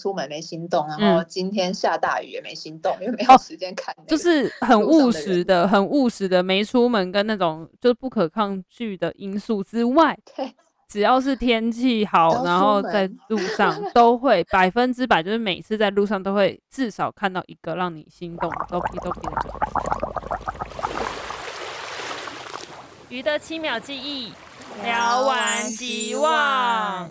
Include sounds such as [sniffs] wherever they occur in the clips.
出门没心动，然嗯哦后今天下大雨也没心动， [laughs] 因为没有时间看那个、就是很路上务的实人的、很务实的，没出门跟那种就是不可抗拒的因素之外，对只要是天气只好，要然出后在门路上都会百分之百，就是每次在路上都会至少看到一个让你心动、都皮都皮的酒。鱼的七秒记忆。聊完即忘。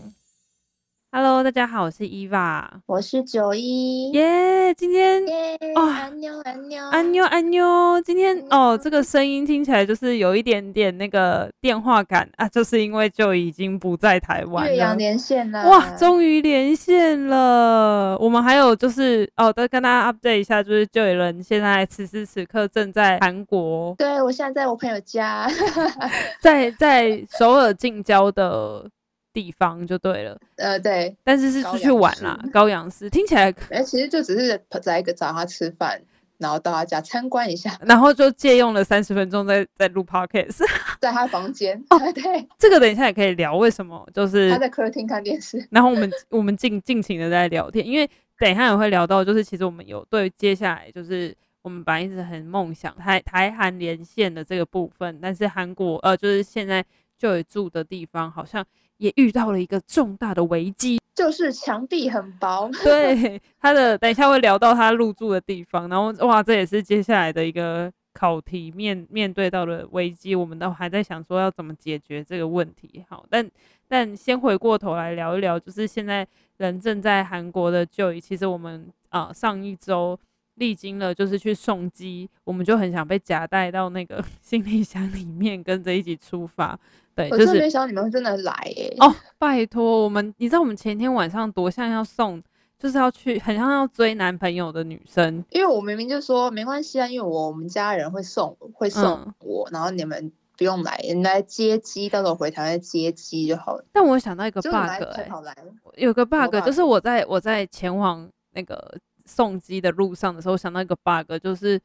Hello，大家好，我是伊娃。我是九一，耶、今天耶，哦安妞安妞安妞安妞，今天嗯哦，这个声音听起来就是有一点点那个电话感啊，就是因为就已经不在台湾岳阳了。连线啦，哇，终于连线了！我们还有就是哦，再跟大家 update 一下，就是就有人现在此时此刻正在韩国，对我现在在我朋友家， [laughs] 在在首尔近郊的地方就对了，呃，对，但是是高出去阳玩市啦。高阳市听起来哎，其实就只是在一个找他吃饭，然后到他家参观一 [laughs] 下，然后就借用了三十分钟在在录 podcast， [laughs] 在他房间， [laughs] 对，这个等一下也可以聊为什么，哦就是他在客厅看电视，然后我们我们尽尽情的在聊天，因为等一下也会聊到，就是其实我们有对接下来就是我们本来一直很梦想台台韩连线的这个部分，但是韩国呃就是现在就有住的地方好像也遇到了一个重大的危机，就是墙壁很薄，对他的等一下会聊到他入住的地方，然后哇这也是接下来的一个。考题面面对到的危机，我们都还在想说要怎么解决这个问题。好，但但先回过头来聊一聊，就是现在人正在韩国的就医，其实我们啊、呃上一周历经了就是去送机，我们就很想被夹带到那个 [laughs] 行李箱里面，跟着一起出发。对，我就真是没想到你们会真的来耶，哦，拜托我们，你知道我们前天晚上多像要送，就是要去，很像要追男朋友的女生。因为我明明就说没关系啊，因为我我们家人会送会嗯送我，然后你们不用来，你们来接机，到时候回台湾接机就好了。但我想到一个结 bug，果你来哎、太好来了，有个 bug，就 bug？是我在我在前往那个送机的路上的时候，想到一个 bug，就是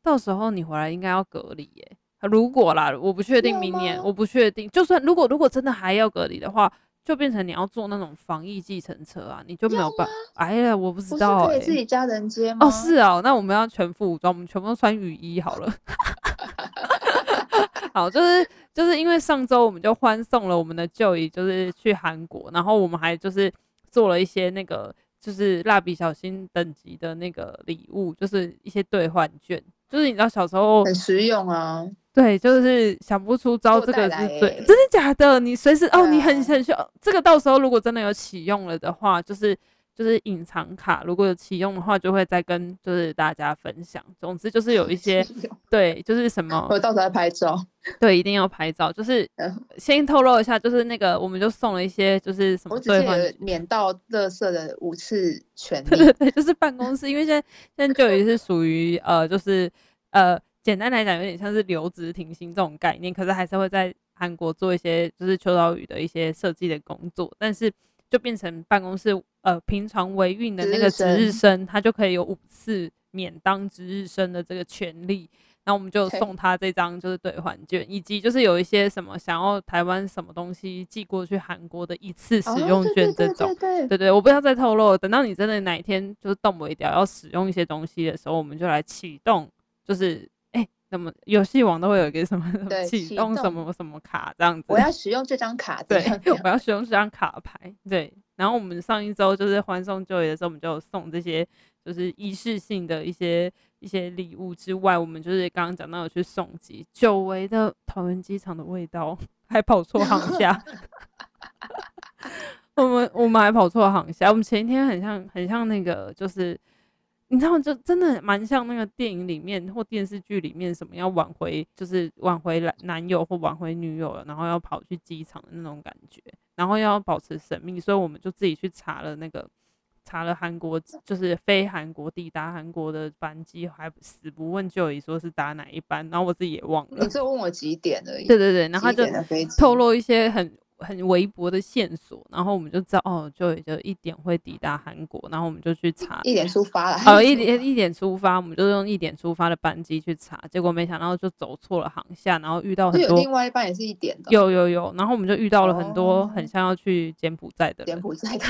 到时候你回来应该要隔离耶。如果啦，我不确定要明年，吗我不确定，就算如果如果真的还要隔离的话，就变成你要坐那种防疫计程车啊，你就没有要办。哎呀，我不知不是道可哎、以自己家人接吗？哦，是哦，那我们要全副武装，我们全部都穿雨衣好了。 [laughs] 好，就是就是因为上周我们就欢送了我们的舅姨，就是去韩国，然后我们还就是做了一些那个就是蜡笔小新等级的那个礼物，就是一些兑换券，就是你知道小时候很实用啊，对，就是想不出招，给我这个带是来对，欸真的假的？你随时哦，对你很啊很需要这个，到时候如果真的有启用了的话，就是就是隐藏卡，如果有启用的话，就会再跟就是大家分享。总之就是有一些实用对，就是什么 [laughs] 我到时候来拍照，对，一定要拍照。就是嗯先透露一下，就是那个我们就送了一些就是什么我只兑换是有免到垃圾的五次 [laughs] 权对对利。对，就是办公室，因为现在现在就已是属于呃，就是呃，简单来讲，有点像是留职停薪这种概念，可是还是会在韩国做一些就是秋刀鱼的一些设计的工作，但是就变成办公室呃平常维运的值那日个值日生生，他就可以有五次免当值日生的这个权利。那我们就对送他这张就是兑换券，以及就是有一些什么想要台湾什么东西寄过去韩国的一次使哦用对对券这对种。对对，对对，我不要再透露了。等到你真的哪一天就是动不掉要使用一些东西的时候，我们就来启动，就是哎，那么游戏王都会有一个什么什么对启启动什动么什么卡这样子我。要使用这张卡。对这样，我要使用这张卡牌。对，然后我们上一周就是欢送就业的时候，我们就有送这些就是仪式性的一些一些礼物之外，我们就是刚刚讲到有去送机，久违的桃园机场的味道，还跑错航 [laughs] 厦。 [laughs] 我们我们还跑错航厦，我们前一天很像很像那个就是。你知道，就真的蛮像那个电影里面或电视剧里面什么要挽回，就是挽回男男友或挽回女友了，然后要跑去机场的那种感觉，然后要保持神秘，所以我们就自己去查了那个查了韩国，就是飞韩国抵达韩国的班机，还死不问就以说是搭哪一班，然后我自己也忘了你。只有问我几点而已。对对对，然后他几就点的飞机透露一些很很微薄的线索，然后我们就知道哦，就也就一点会抵达韩国，然后我们就去查一点出发了。哦，一点一点出发，我们就用一点出发的班机去查，结果没想到就走错了航厦，然后遇到就呃很有多另外一半也是一哦点的。有有有，然后我们就遇到了很多哦 [laughs] 很像要去柬埔寨的柬人，埔寨的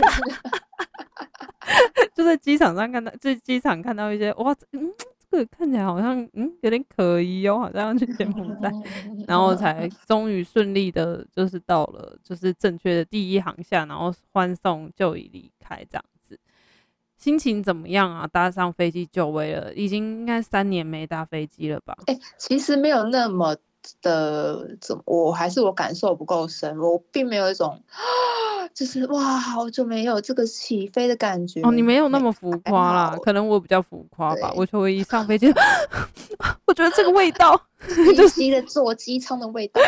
就在机场上看到，在机场看到一些哇，嗯，这个看起来好像嗯有点可疑哦，好像要去嗯 [laughs] 柬埔寨， [laughs] 然哦后才终于顺利的，就是到了就是正确的第一航厦，然后欢送就已离开这样子。心情怎么样啊？搭上飞机久违了，已经应该三年没搭飞机了吧？哎、其实没有那么的怎么，我还是我感受不够深，我并没有一种就是哇，好久没有这个起飞的感觉哦，你没有那么浮还夸啦好，可能我比较浮夸吧。对我就会 [laughs] 一上飞机，我觉得这个味道，清晰的坐机舱的味道。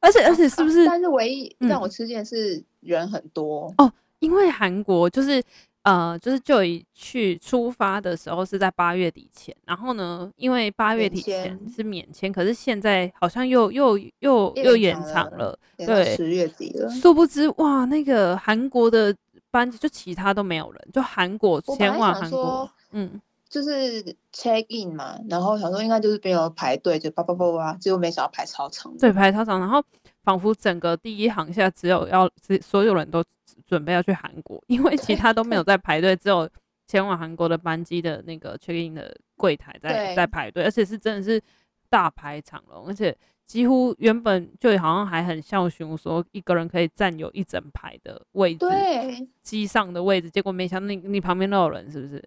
而且而且 [laughs] 是不是但是唯一嗯让我吃惊的是人很多，因为韩国就是呃，就是就以去出发的时候是在八月底前，然后呢，因为八月免底前签是免签，可是现在好像又又又又又延延长长了了，对十月底了。殊不知哇，那个韩国的班机就其他都没有人，就韩国我本前来往想韩国说，嗯，就是 check in 嘛，然后想说应该就是没有排队，就叭叭叭叭，结果没想到排超长的。对，排操场，然后仿佛整个第一航下只有要只所有人都只准备要去韩国，因为其对他都没有在排队，只有前往韩国的班机的那个 check in 的柜台在对在排队，而且是真的是大排长龙，而且几乎原本就好像还很孝顺，说一个人可以占有一整排的位置，对，机上的位置，结果没想到你你旁边都有人，是不是？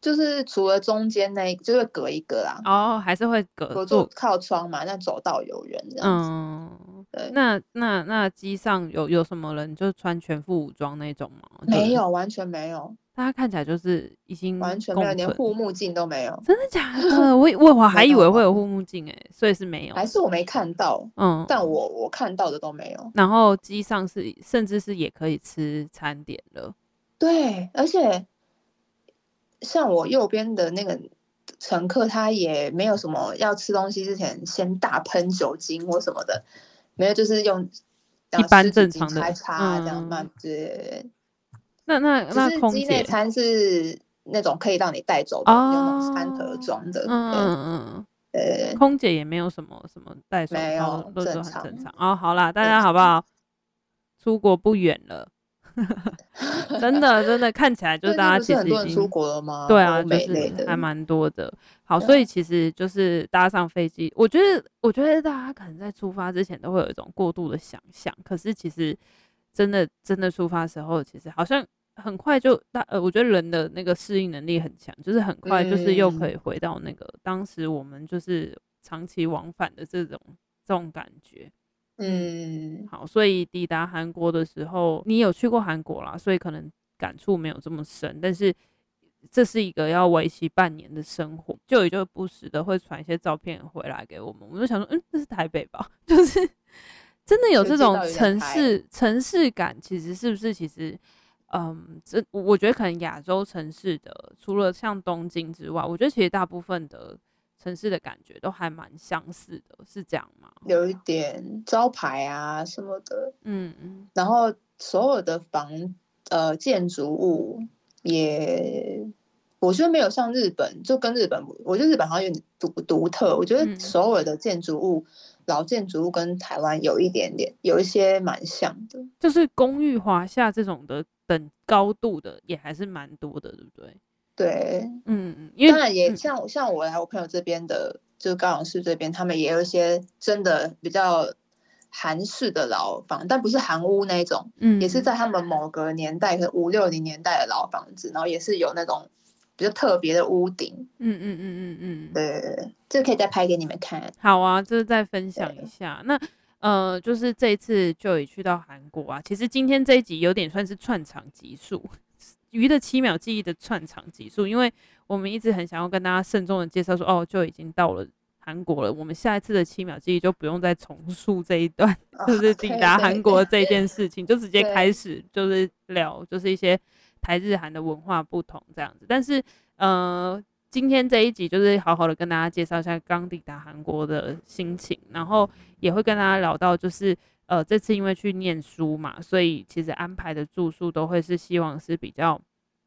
就是除了中间那一，就是隔一个啦，哦，还是会隔我住坐靠窗嘛，那走道有人这样子。嗯对，那那那机上有有什么人就穿全副武装那种吗？就没是，有，完全没有，大家看起来就是已经完全没嗯共有，存。连护目镜都没有，真的 [sniffs] 假的？我以我我还以为有啊会有护目镜诶、欸所以是没有。还是我没看到，嗯，但我我看到的都没有。然后机上是甚至是也可以吃餐点了。对，而且像我右边的那个乘客，他也没有什么要吃东西之前先大喷酒精或什么的，没有，就是用一般正常的擦擦这样慢嗯对，那那只那是空机姐内，餐是那种可以让你带走的，有那种餐哦盒装的，嗯嗯嗯对对对嗯，空姐也没有什么什么戴手没套有，都都正很正常嗯常。哦，好啦，大正家好不常好？出国不远了。 [laughs] 真的真的看起来就最是近大家不是其实很已多人经出国了吗？对啊，欧就美类是的还蛮多的。好，对所啊以其实就是搭上飞机，我觉得我觉得大家可能在出发之前都会有一种过度的想象，可是其实真的真的出发时候，其实好像很快就大呃，我觉得人的那个适应能力很强，就是很快就是又可以嗯回到那个、当时我们就是长期往返的这种这种感觉。嗯，好，所以抵达韩国的时候，你有去过韩国啦，所以可能感触没有这么深，但是这是一个要为期半年的生活，就也就不时的会传一些照片回来给我们，我们就想说，嗯，这是台北吧？ [laughs] 就是真的有就这知种道有点城台市城市感，其实是不是？其实，嗯，这我我觉得可能亚洲城市的，除了像东京之外，我觉得其实大部分的城市的感觉都还蛮相似的，是这样吗？有一点招牌啊什么的，嗯嗯。然后所有的房呃建筑物也，我觉得没有像日本，就跟日本不，我觉得日本好像有点独独特。我觉嗯得首尔的建筑物，老建筑物跟台湾有一点点，有一些蛮像的。就是公寓华夏这种的等高度的也还是蛮多的，对不对？对，嗯，嗯，因为当然也嗯像像我来我朋友这边的，就是高雄市这边，他们也有一些真的比较韩式的老房，但不是韩屋那一种。嗯也是在他们某个年代，可能五六零年代的老房子，然后也是有那种比较特别的屋顶，嗯嗯嗯嗯嗯，对对对，这可以再拍给你们看。好啊，就是再分享一对下那。呃，就是这一次就已去到韩国啊。其实今天这一集有点算是串场集数，鱼的七秒记忆的串场集数，因为我们一直很想要跟大家慎重的介绍说，哦，就已经到了韩国了。我们下一次的七秒记忆就不用再重述这一段啊就是抵达韩哦国，这件事情，就直接对开始就是聊，就是一些台日韩的文化不同这样子。但是呃，今天这一集就是好好的跟大家介绍一下刚抵达韩国的心情，然后也会跟大家聊到就是。呃，这次因为去念书嘛，所以其实安排的住宿都会是希望是比较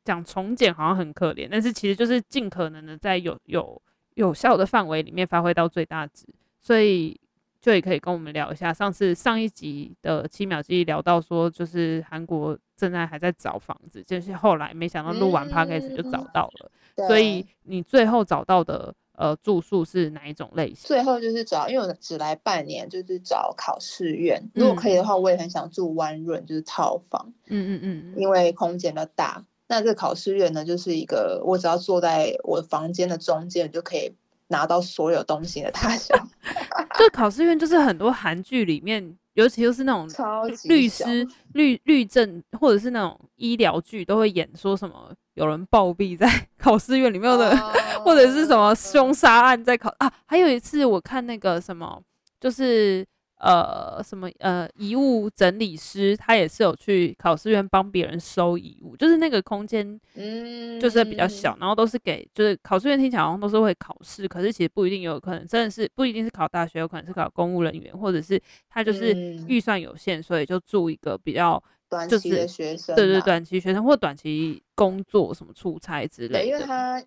讲重简，好像很可怜，但是其实就是尽可能的在有有有效的范围里面发挥到最大值。所以就也可以跟我们聊一下。上次上一集的七秒记忆聊到说，就是韩国正在还在找房子，就是后来没想到录完 podcast 就找到了。对所以你最后找到的呃住宿是哪一种类型？最后就是找，因为我只来半年，就是找考试院。如果可以的话，我也很想住湾润，就是套房，嗯嗯嗯因为空间比较大。那这个考试院呢，就是一个我只要坐在我房间的中间，我就可以拿到所有东西的大 [laughs] 小，嗯，这考试院就是很多韩剧里面，尤其就是那种超级律小师、律律政或者是那种医疗剧都会演说什么有人暴毙在 [laughs] 考试院里面的， [laughs] 哦或者是什么嗯凶杀案在考啊。还有一次我看那个什么，就是呃什么呃遗物整理师，他也是有去考试院帮别人收遗物，就是那个空间嗯，就是比较小，然后都是给就是考试院听起来好像都是会考试，可是其实不一定，有可能真的是不一定是考大学，有可能是考公务人员，或者是他就是嗯预算有限，所以就住一个比较短就期是的学生、对对，短期学生或短期工作什么出差之对，类因为的。嗯他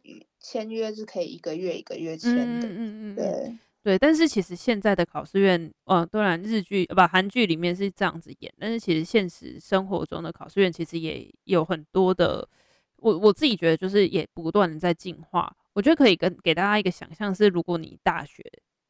签约是可以一个月一个月签嗯嗯的，嗯嗯嗯，对，对。但是其实现在的考试院，呃，当然日剧呃不韩剧里面是这样子演，但是其实现实生活中的考试院其实也有很多的，我我自己觉得就是也不断的在进化。我觉得可以跟给大家一个想象是，如果你大学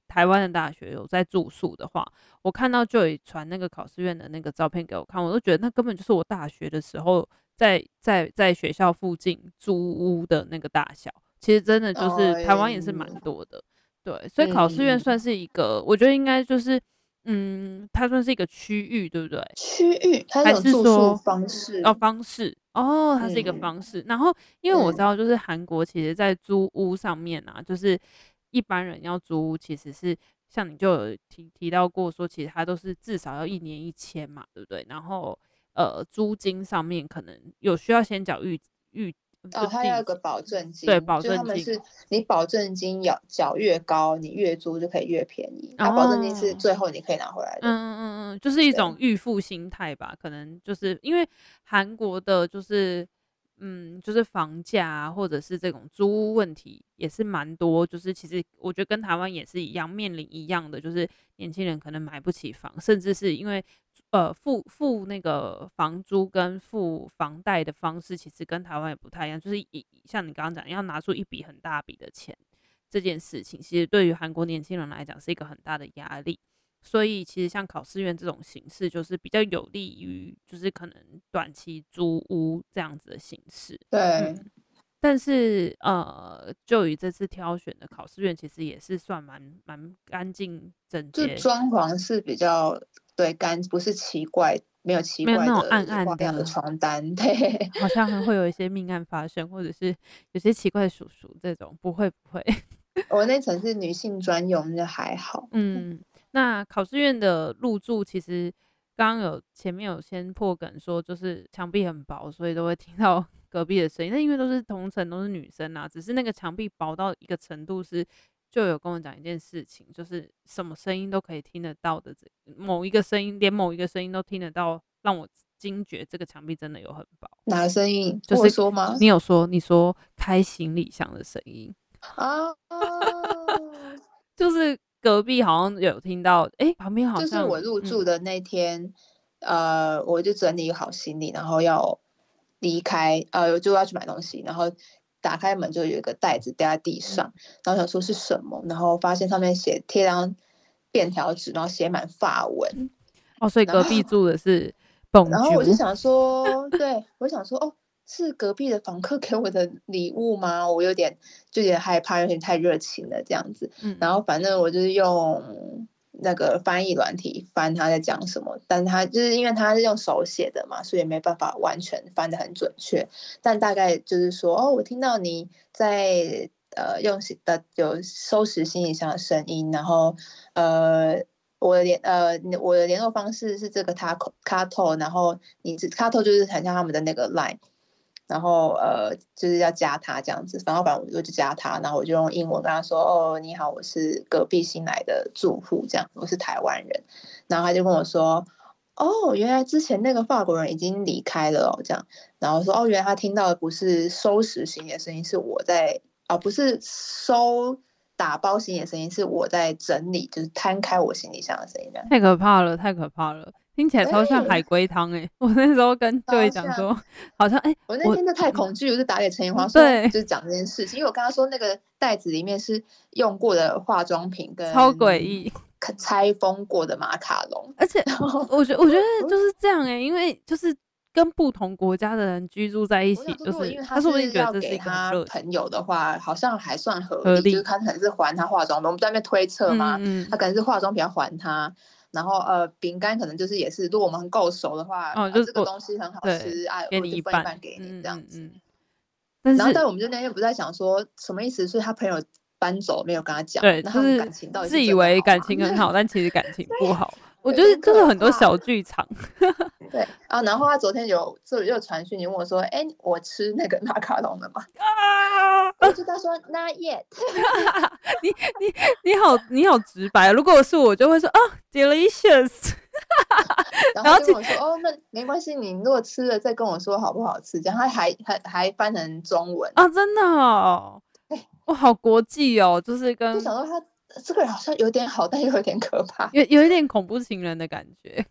台湾的大学有在住宿的话，我看到就有传那个考试院的那个照片给我看，我都觉得那根本就是我大学的时候在在在学校附近租屋的那个大小。其实真的就是台湾也是蛮哎多的，对，所以考试院嗯算是一个，我觉得应该就是，嗯，它算是一个区域，对不对？区域它还种是住说宿方式哦，方式哦，它是一个嗯方式。然后，因为我知嗯道，就是韩国其实，在租屋上面啊，就是一般人要租屋，其实是像你就有提提到过说，其实它都是至少要一年一签嘛，对不对？然后，呃，租金上面可能有需要先缴预预呃哦，就它地要有个址保证金，对保就是他证们金是你保证金要缴越高，你越租就可以越便宜。它保证金是哦最后你可以拿回来的。嗯嗯嗯，嗯，就是一对种预付心态吧，可能就是因为韩国的，就是嗯，就是房价啊，或者是这种租屋问题也是蛮多，就是其实我觉得跟台湾也是一样，面临一样的，就是年轻人可能买不起房，甚至是因为呃付付那个房租跟付房贷的方式，其实跟台湾也不太一样，就是一像你刚刚讲，要拿出一笔很大笔的钱。这件事情其实对于韩国年轻人来讲是一个很大的压力，所以其实像考试院这种形式，就是比较有利于就是可能短期租屋这样子的形式。对，嗯，但是呃，就以这次挑选的考试院，其实也是算蛮蛮干净整就洁，装潢是比较对干，不是奇怪，没有奇没有怪那种的暗暗花样的的床单。 [laughs] 对，好像还会有一些命案发生，或者是有些奇怪的叔叔这种，不会不会。我那层是女性专用，就还好。嗯，那考试院的入住其实刚刚有前面有先破梗说，就是墙壁很薄，所以都会听到 [laughs] 隔壁的声音。那因为都是同城，都是女生啊，只是那个墙壁薄到一个程度是，就有跟我讲一件事情，就是什么声音都可以听得到的这，某一个声音连某一个声音都听得到，让我惊觉这个墙壁真的有很薄。哪个声音？就我是说吗？你有说你说开行李箱的声音，啊， [laughs] 就是隔壁好像有听到，诶，旁边好就是像我入嗯住的那天，呃，我就整理好行李，然后要离开，呃，我就要去买东西，然后打开门就有一个袋子掉在嗯地上，然后想说是什么，然后发现上面写贴张便条纸，然后写满法文，哦，所以然隔壁住的是蹦然后我就啾，想说，对我想说，哦，是隔壁的房客 [laughs] 给我的礼物吗？我有点就有点害怕，有点太热情了这样子。嗯，然后反正我就是用那个翻译软体翻他在讲什么，但他就是因为他是用手写的嘛，所以没办法完全翻得很准确，但大概就是说，哦，我听到你在呃用行的有收拾行李箱的声音，然后呃。我的联呃，你我的联络方式是这个 Taco Cato，然后你这 Cato 就是很像他们的那个 Line，然后呃，就是要加他这样子，然后反正我就加他，然后我就用英文跟他说：“哦，你好，我是隔壁新来的住户，这样，我是台湾人。”然后他就跟我说：“哦，原来之前那个法国人已经离开了哦，这样。”然后说：“哦，原来他听到的不是收拾行李的声音，是我在啊，不是收打包行李的声音，是我在整理，就是摊开我行李箱的声音。这样太可怕了，太可怕了，听起来超像对海龟汤哎！我那时候跟超 Joy 讲像说，好像哎、我那我天真的太恐惧，我就打给 [laughs] 陈颖华说，对就是讲这件事情，因为我跟他说那个袋子里面是用过的化妆品跟超诡异，可，拆封过的马卡龙。而且然后我觉我觉得我就是这样哎、因为就是跟不同国家的人居住在 [laughs] 一我起，想就说，如果是因为他说是不定觉要得这是给一个很他热情朋友的话，好像还算合理，合就理是他可能是还他化妆品，我们在那边推测嗯嘛，嗯他可能是化妆品要还他。然后呃，饼干可能就是也是，如果我们很够熟的话，哦啊就是这个我东西很好对吃，哎、给我你就一分一半给嗯你这样子。嗯嗯但然后，但是我们就那天不在想说什么意思，是他朋友搬走没有跟他讲，对，那就他们是感情到底是自以真的为好感吗情 [laughs] 很好，但其实感情不好。我有觉得点就是可很多怕小剧场， [laughs] 对啊。然后他昨天有就又传讯你问我说，哎，我吃那个马 [laughs] 卡龙了吗？啊！我就他说 not yet，你你你好你好直白，如果是我就会说啊，delicious，然然后后他就跟我说，哦，那没关系，你如果吃了再跟我说好不好吃，这样他还还还翻成中文，啊，真的哦，我好国际哦，就是跟就想说他这个人好像有点好，但又有点可怕，有有一点恐怖情人的感觉。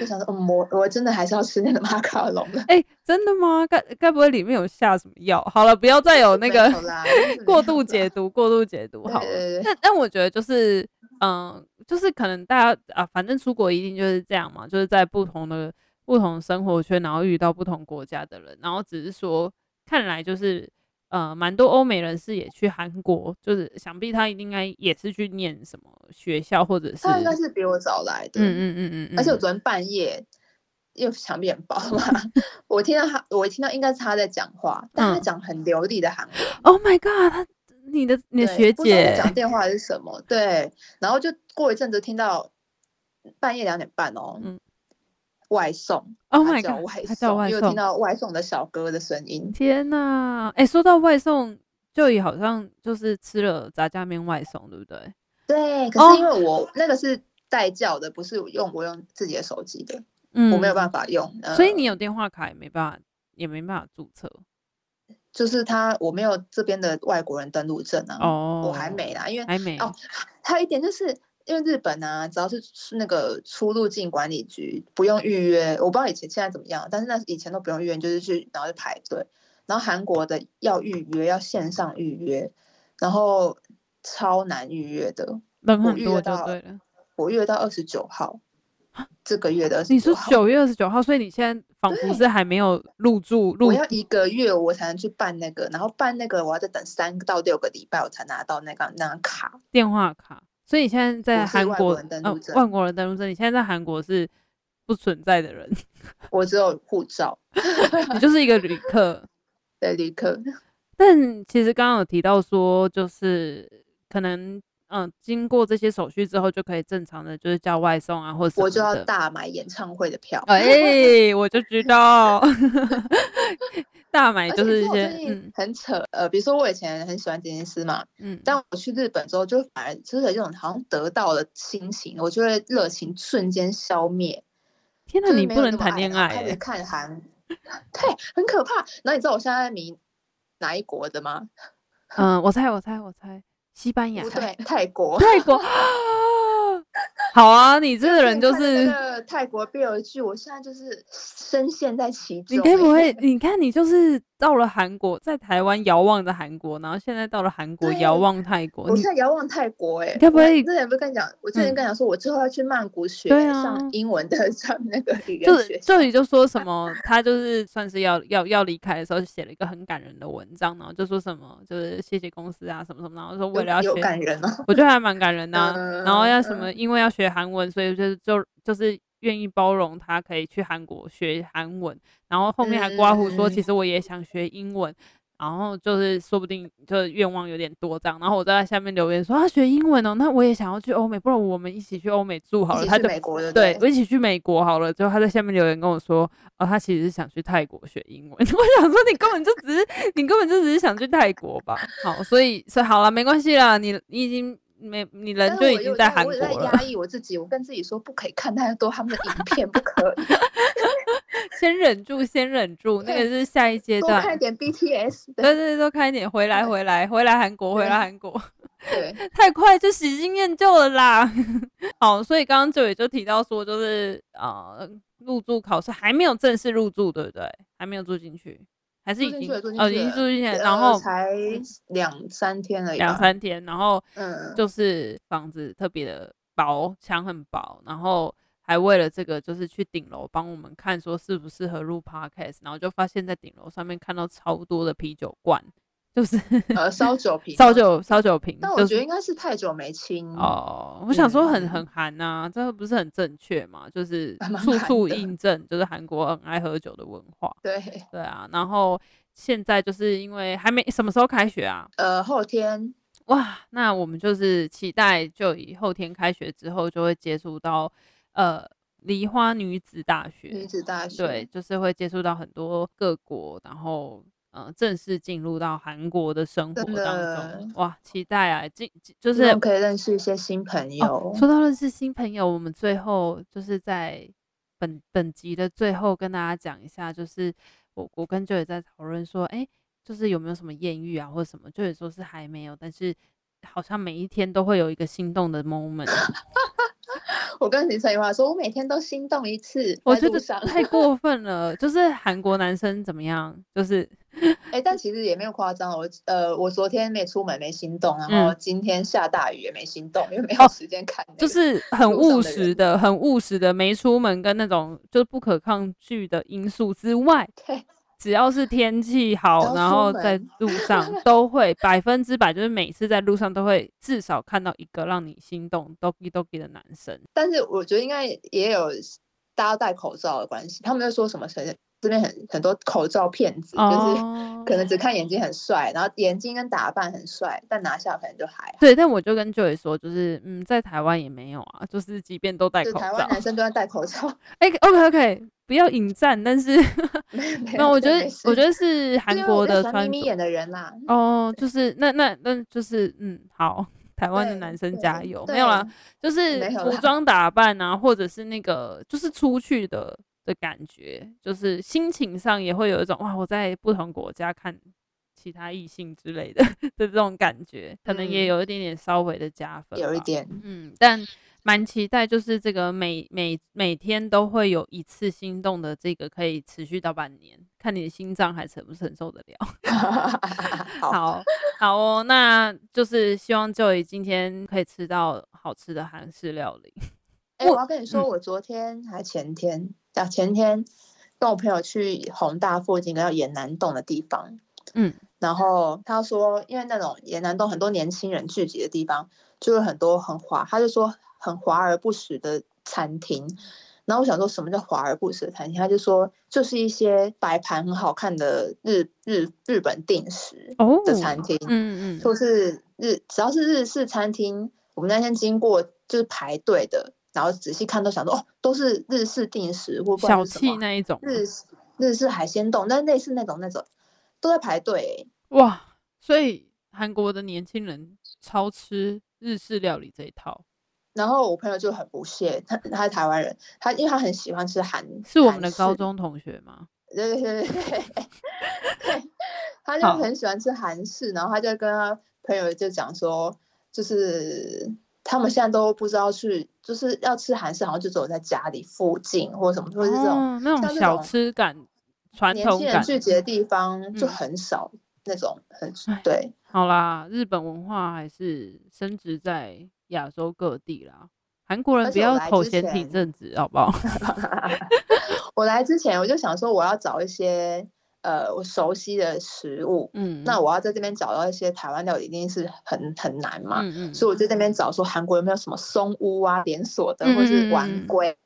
就想说，嗯，我我真的还是要吃那个马卡龙了。哎、真的吗？该该不会里面有下什么药？好了，不要 [laughs] 再有哦那没个有啦就是没 [laughs] 过有度啦解读，过度解读好对了。对对但但我觉得就是，嗯、就是可能大家啊，反正出国一定就是这样嘛，就是在不同的不同生活圈，然后遇到不同国家的人，然后只是说，看来就是呃，蛮多欧美人士也去韩国，就是想必他应该也是去念什么学校，或者是他应该是比我早来的，嗯嗯嗯嗯嗯，而且我昨天半夜，因为墙壁很薄嘛， [laughs] 我听到他，我听到应该是他在讲话，但他嗯讲很流利的韩文， Oh my god，他你的你的对学不知道在姐讲电话还是什么，对，然后就过一阵子听到半夜两点半哦，嗯外送， ，Oh 他 my 叫 god，外他叫外因为送听，到外送的小哥的声音，天呐，哎、说到外送，就也好像就是吃了炸酱面外送，对不对？对，可是因哦为我、那个是代叫的，不是用我用自己的手机的，嗯，我没有办法用，法所以你呃有电话卡也没办法，也没办法注册就是他我没有这边的外国人登录证啊，哦。我还没啦，因为还没哦，还有一点就是因为日本啊，只要是出那个出入境管理局不用预约，我不知道以前现在怎么样，但是那以前都不用预约，就是去然后就排队。然后韩国的要预约，要线上预约，然后超难预约的。人我很预多约就到对了。我预约到二十九号，这个月的啊你说29号，九月二十九号，所以你现在仿佛是还没有入住入我要一个月我才能去办那个，然后办那个我要再等三到六个礼拜我才拿到那个那张卡。电话卡，所以你现在在我是韩外国，国人登呃录，证外国人登录证，你现在在韩国是不存在的人，我只有护照，你就是一个旅 [laughs] 客。对，旅 [laughs] 客。但其实刚刚有提到说，就是可能嗯、呃经过这些手续之后，就可以正常的就是叫外送啊，或什我么就要的。大买演唱会的 [laughs] 票。哎、我就 [laughs] 知道，大买而就且你是一知道我些最近嗯很扯，呃，比如说我以前很喜欢杰尼斯嘛，嗯，但我去日本之后，就反而就是有一种好像得到了心情，我就会热情瞬间消灭。天哪，就是你没不有能那么谈爱恋然后爱、开始欸，看韩， [laughs] 对，很可怕。然后你知道我现在迷哪一国的吗？嗯，我猜我猜我猜，西班牙不对，泰 [laughs] 国。泰 [laughs] 国，好啊，你这个人就之前看是那个泰国 BL 剧，我现在就是深陷在其中欸。你该不会，你看你就是到了韩国，在台湾遥望着韩国，然后现在到了韩国遥对望泰国， [laughs] 我你现在遥望泰国哎、欸，该不我会嗯之前不是跟你讲，我之前跟你讲说，我之后要去曼谷学对啊上英文的 [laughs] 上那个语言就学校这里就说什么，他就是算是要要要离开的时候，写了一个很感人的文章，然后就说什么就是谢谢公司啊什么什么，然后说为了要有有学，感人哦，我觉得还蛮感人的啊、然后要什嗯么，因为要学韩文，所以就是就就是愿意包容他可以去韩国学韩文，然后后面还刮胡说，嗯其实我也想学英文。然后就是说不定就是愿望有点多这样，然后我在下面留言说啊学英文哦，那我也想要去欧美，不然我们一起去欧美住好一了。起他去就美国的对，我对，一起去美国好了。之后他在下面留言跟我说，哦，他其实是想去泰国学英文。 [laughs] 我想说，你根本就只是，你根本就只是想去泰国吧？好，所以所以好了，没关系啦，你你已经没你人但是就已我经又在在哎韩我国也在了，压抑我自己，我跟自己说不可以看太多他们的影片，不可 [laughs] 以先忍住，先忍住，那对个是下一阶多段。 [laughs] 看一点 BTS 的。对对，对多看一点，回来回来回来韩国，回对来韩国。对，太快就喜新厌旧了啦。 [laughs] 好，所以刚刚九也就提到说，就是呃，入住考试还没有正式入住，对不对？还没有住进去，还是住已进经去了住进哦，已去经了住进去了，对然呃后才两三天而已吧，两三天，然后嗯，就是房子特别的薄，墙很薄，然后还为了这个就是去顶楼帮我们看说适不适合录 podcast，然后就发现在顶楼上面看到超多的啤酒罐，就是呃烧酒瓶烧嘛，酒烧酒瓶，但就我是觉得应该是太久没清，哦，我想说很嗯很韩呐、这不是很正确嘛？就是啊还蛮处韩处的印证，就是韩国很爱喝酒的文化。对，对啊，然后现在就是因为还没什么时候开学啊？呃后天哇，那我们就是期待，就以后天开学之后就会接触到呃梨花女子大学，女子大学，对，，就是会接触到很多各国，然后呃正式进入到韩国的生活真当中的。哇，期待啊！进进就是希望可以认识一些新朋友，哦，说到认识新朋友，我们最后就是在本本集的最后跟大家讲一下，就是我我跟 j o 在讨论说，哎、就是有没有什么艳遇啊，或者什么 j o 说是还没有，但是好像每一天都会有一个心动 [laughs] 的 moment，我跟林晨一话说，我每天都心动一次，我在觉路得上太过分了。就是韩国男生怎么样， [laughs] 就是哎、但其实也没有夸张，我呃，我昨天没出门没心动，然后今天下大雨也没心动，因为没嗯哦有时间看、那就个是很路上务的实人的、很务实的，没出门跟那种就是不可抗拒的因素之外对，只要是天气好，要然出后 [laughs] 在门路上都会百分之百，就是每次在路上都会至少看到一个让你心动 doki doki 的男生。但是我觉得应该也有大家戴口罩的关系，他们就说什么谁这边很很多口罩骗子，就是哦，可能只看眼睛很帅，然后眼睛跟打扮很帅，但拿下可能就还好。对，但我就跟 Joy 说，就是嗯，在台湾也没有啊，就是即便都戴就口台罩湾，男生都要戴口罩，哎、o k OK，不要引战，[laughs] 但是 [laughs] 没那有我觉真得没我事觉得是韩因为国我比较的喜欢穿眯眯着。眼的人啊啦，哦，就是那那那就是嗯，好， [laughs] 台湾的对男生对加油，没有对啦，就是没有服啦装打扮啊，或者是那个就是出去的的感觉，就是心情上也会有一种哇，我在不同国家看其他异性之类的 [laughs] 的这种感觉，可能也嗯有一点点稍微的加分，有一。 [laughs] 点 [laughs] 嗯，但蛮期待，就是这个每每每天都会有一次心动的，这个可以持续到半年，看你的心脏还承不承受得好，了。[laughs] 好好哦，那就是希望 Joy 今天可以吃到好吃的韩式料理。哎、我我要跟你说，嗯我昨天还前天啊前天跟我朋友去宏大附近一个叫沿南洞的地方，嗯，然后他说，因为那种沿南洞很多年轻人聚集的地方，就是很多很华，他就说很华而不实的餐厅。然后我想说，什么叫华而不实的餐厅？他就说，就是一些摆盘很好看的日日日本定食哦的餐厅，嗯嗯或是日只要是日式餐厅，我们那天经过就是排队的，然后仔细看都想说，哦，都是日式定食或不然小是什气么那一种吗，日式日式海鲜冻，但类似那种那种都在排队欸、哇！所以韩国的年轻人超吃日式料理这一套，然后我朋友就很不屑，他他是台湾人，他因为他很喜欢吃韩，是我韩们的高式，中同学吗？对对对对 [laughs] 对对，他就好很喜欢吃韩式，然后他就跟他朋友就讲说，就是他们现在都不知道去，就是要吃韩式，好像就只有在家里附近或什么，或者是这种哦，那像种这小种吃感、传年统轻人感。聚集的地方就嗯很少那种很唉对，好啦，日本文化还是深植在亚洲各地啦。韩国人而不且我要来头之衔体前正直，好不好？我来之前我就想说，我要找一些呃我熟悉的食物，嗯， [laughs] 那我要在这边找到一些台湾料理，一定是很很难嘛。嗯嗯，所以我就在那边找说韩国有没有什么松屋啊连锁的，或嗯嗯嗯是嗯丸龟、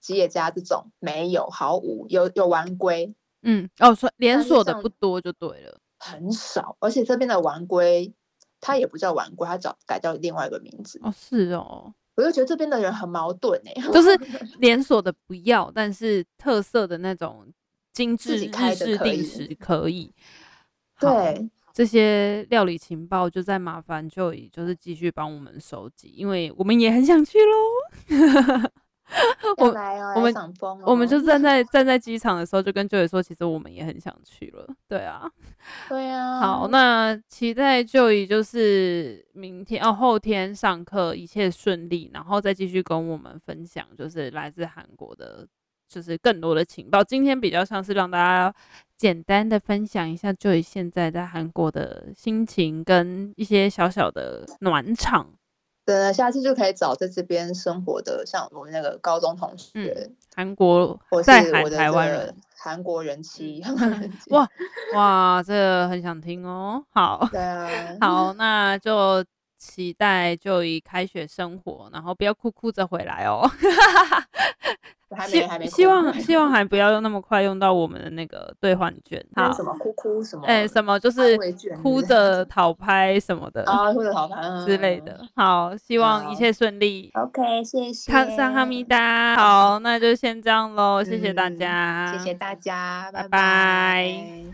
吉野家这种，没有毫无，有有丸龟嗯，哦，所以连但是锁的像不多就对了。很少，而且这边的丸龟它也不叫丸龟，它叫改叫另外一个名字。哦，是哦，我就觉得这边的人很矛盾哎、 [laughs] 就是连锁的不要，但是特色的那种精致自己日开的式可定以时可以。好，对，这些料理情报就在麻烦就以就是继续帮我们收集，因为我们也很想去喽。我要来哦，我们来赏枫哦，我们就站在站在机场的时候，就跟舅爷说，其实我们也很想去了。对啊，对啊，好，那期待舅爷就是明天哦后天上课一切顺利，然后再继续跟我们分享，就是来自韩国的，就是更多的情报。今天比较像是让大家简单的分享一下舅爷现在在韩国的心情跟一些小小的暖场。真的下次就可以找在这边生活的，像我们那个高中同学，韩国或是嗯在我韩的台这湾个人，嗯韩国人妻， [laughs] 哇，哇，这个很想听哦。[laughs] 好，对啊，好，那就期待就以开学生活，然后不要哭哭着回来哦。还希没还没哭，[laughs] 希望还希望还不要用那么快用到我们的那个兑换券。那好是，什么哭哭什么，哎、什么就安是慰券哭 [laughs] 之类的着讨拍什么的、啊，或者好烦之类的。好，希望一好切顺利。 ，OK，谢谢，康萨哈密达，好，那就先这样喽，谢谢大嗯家，谢谢大家，拜拜拜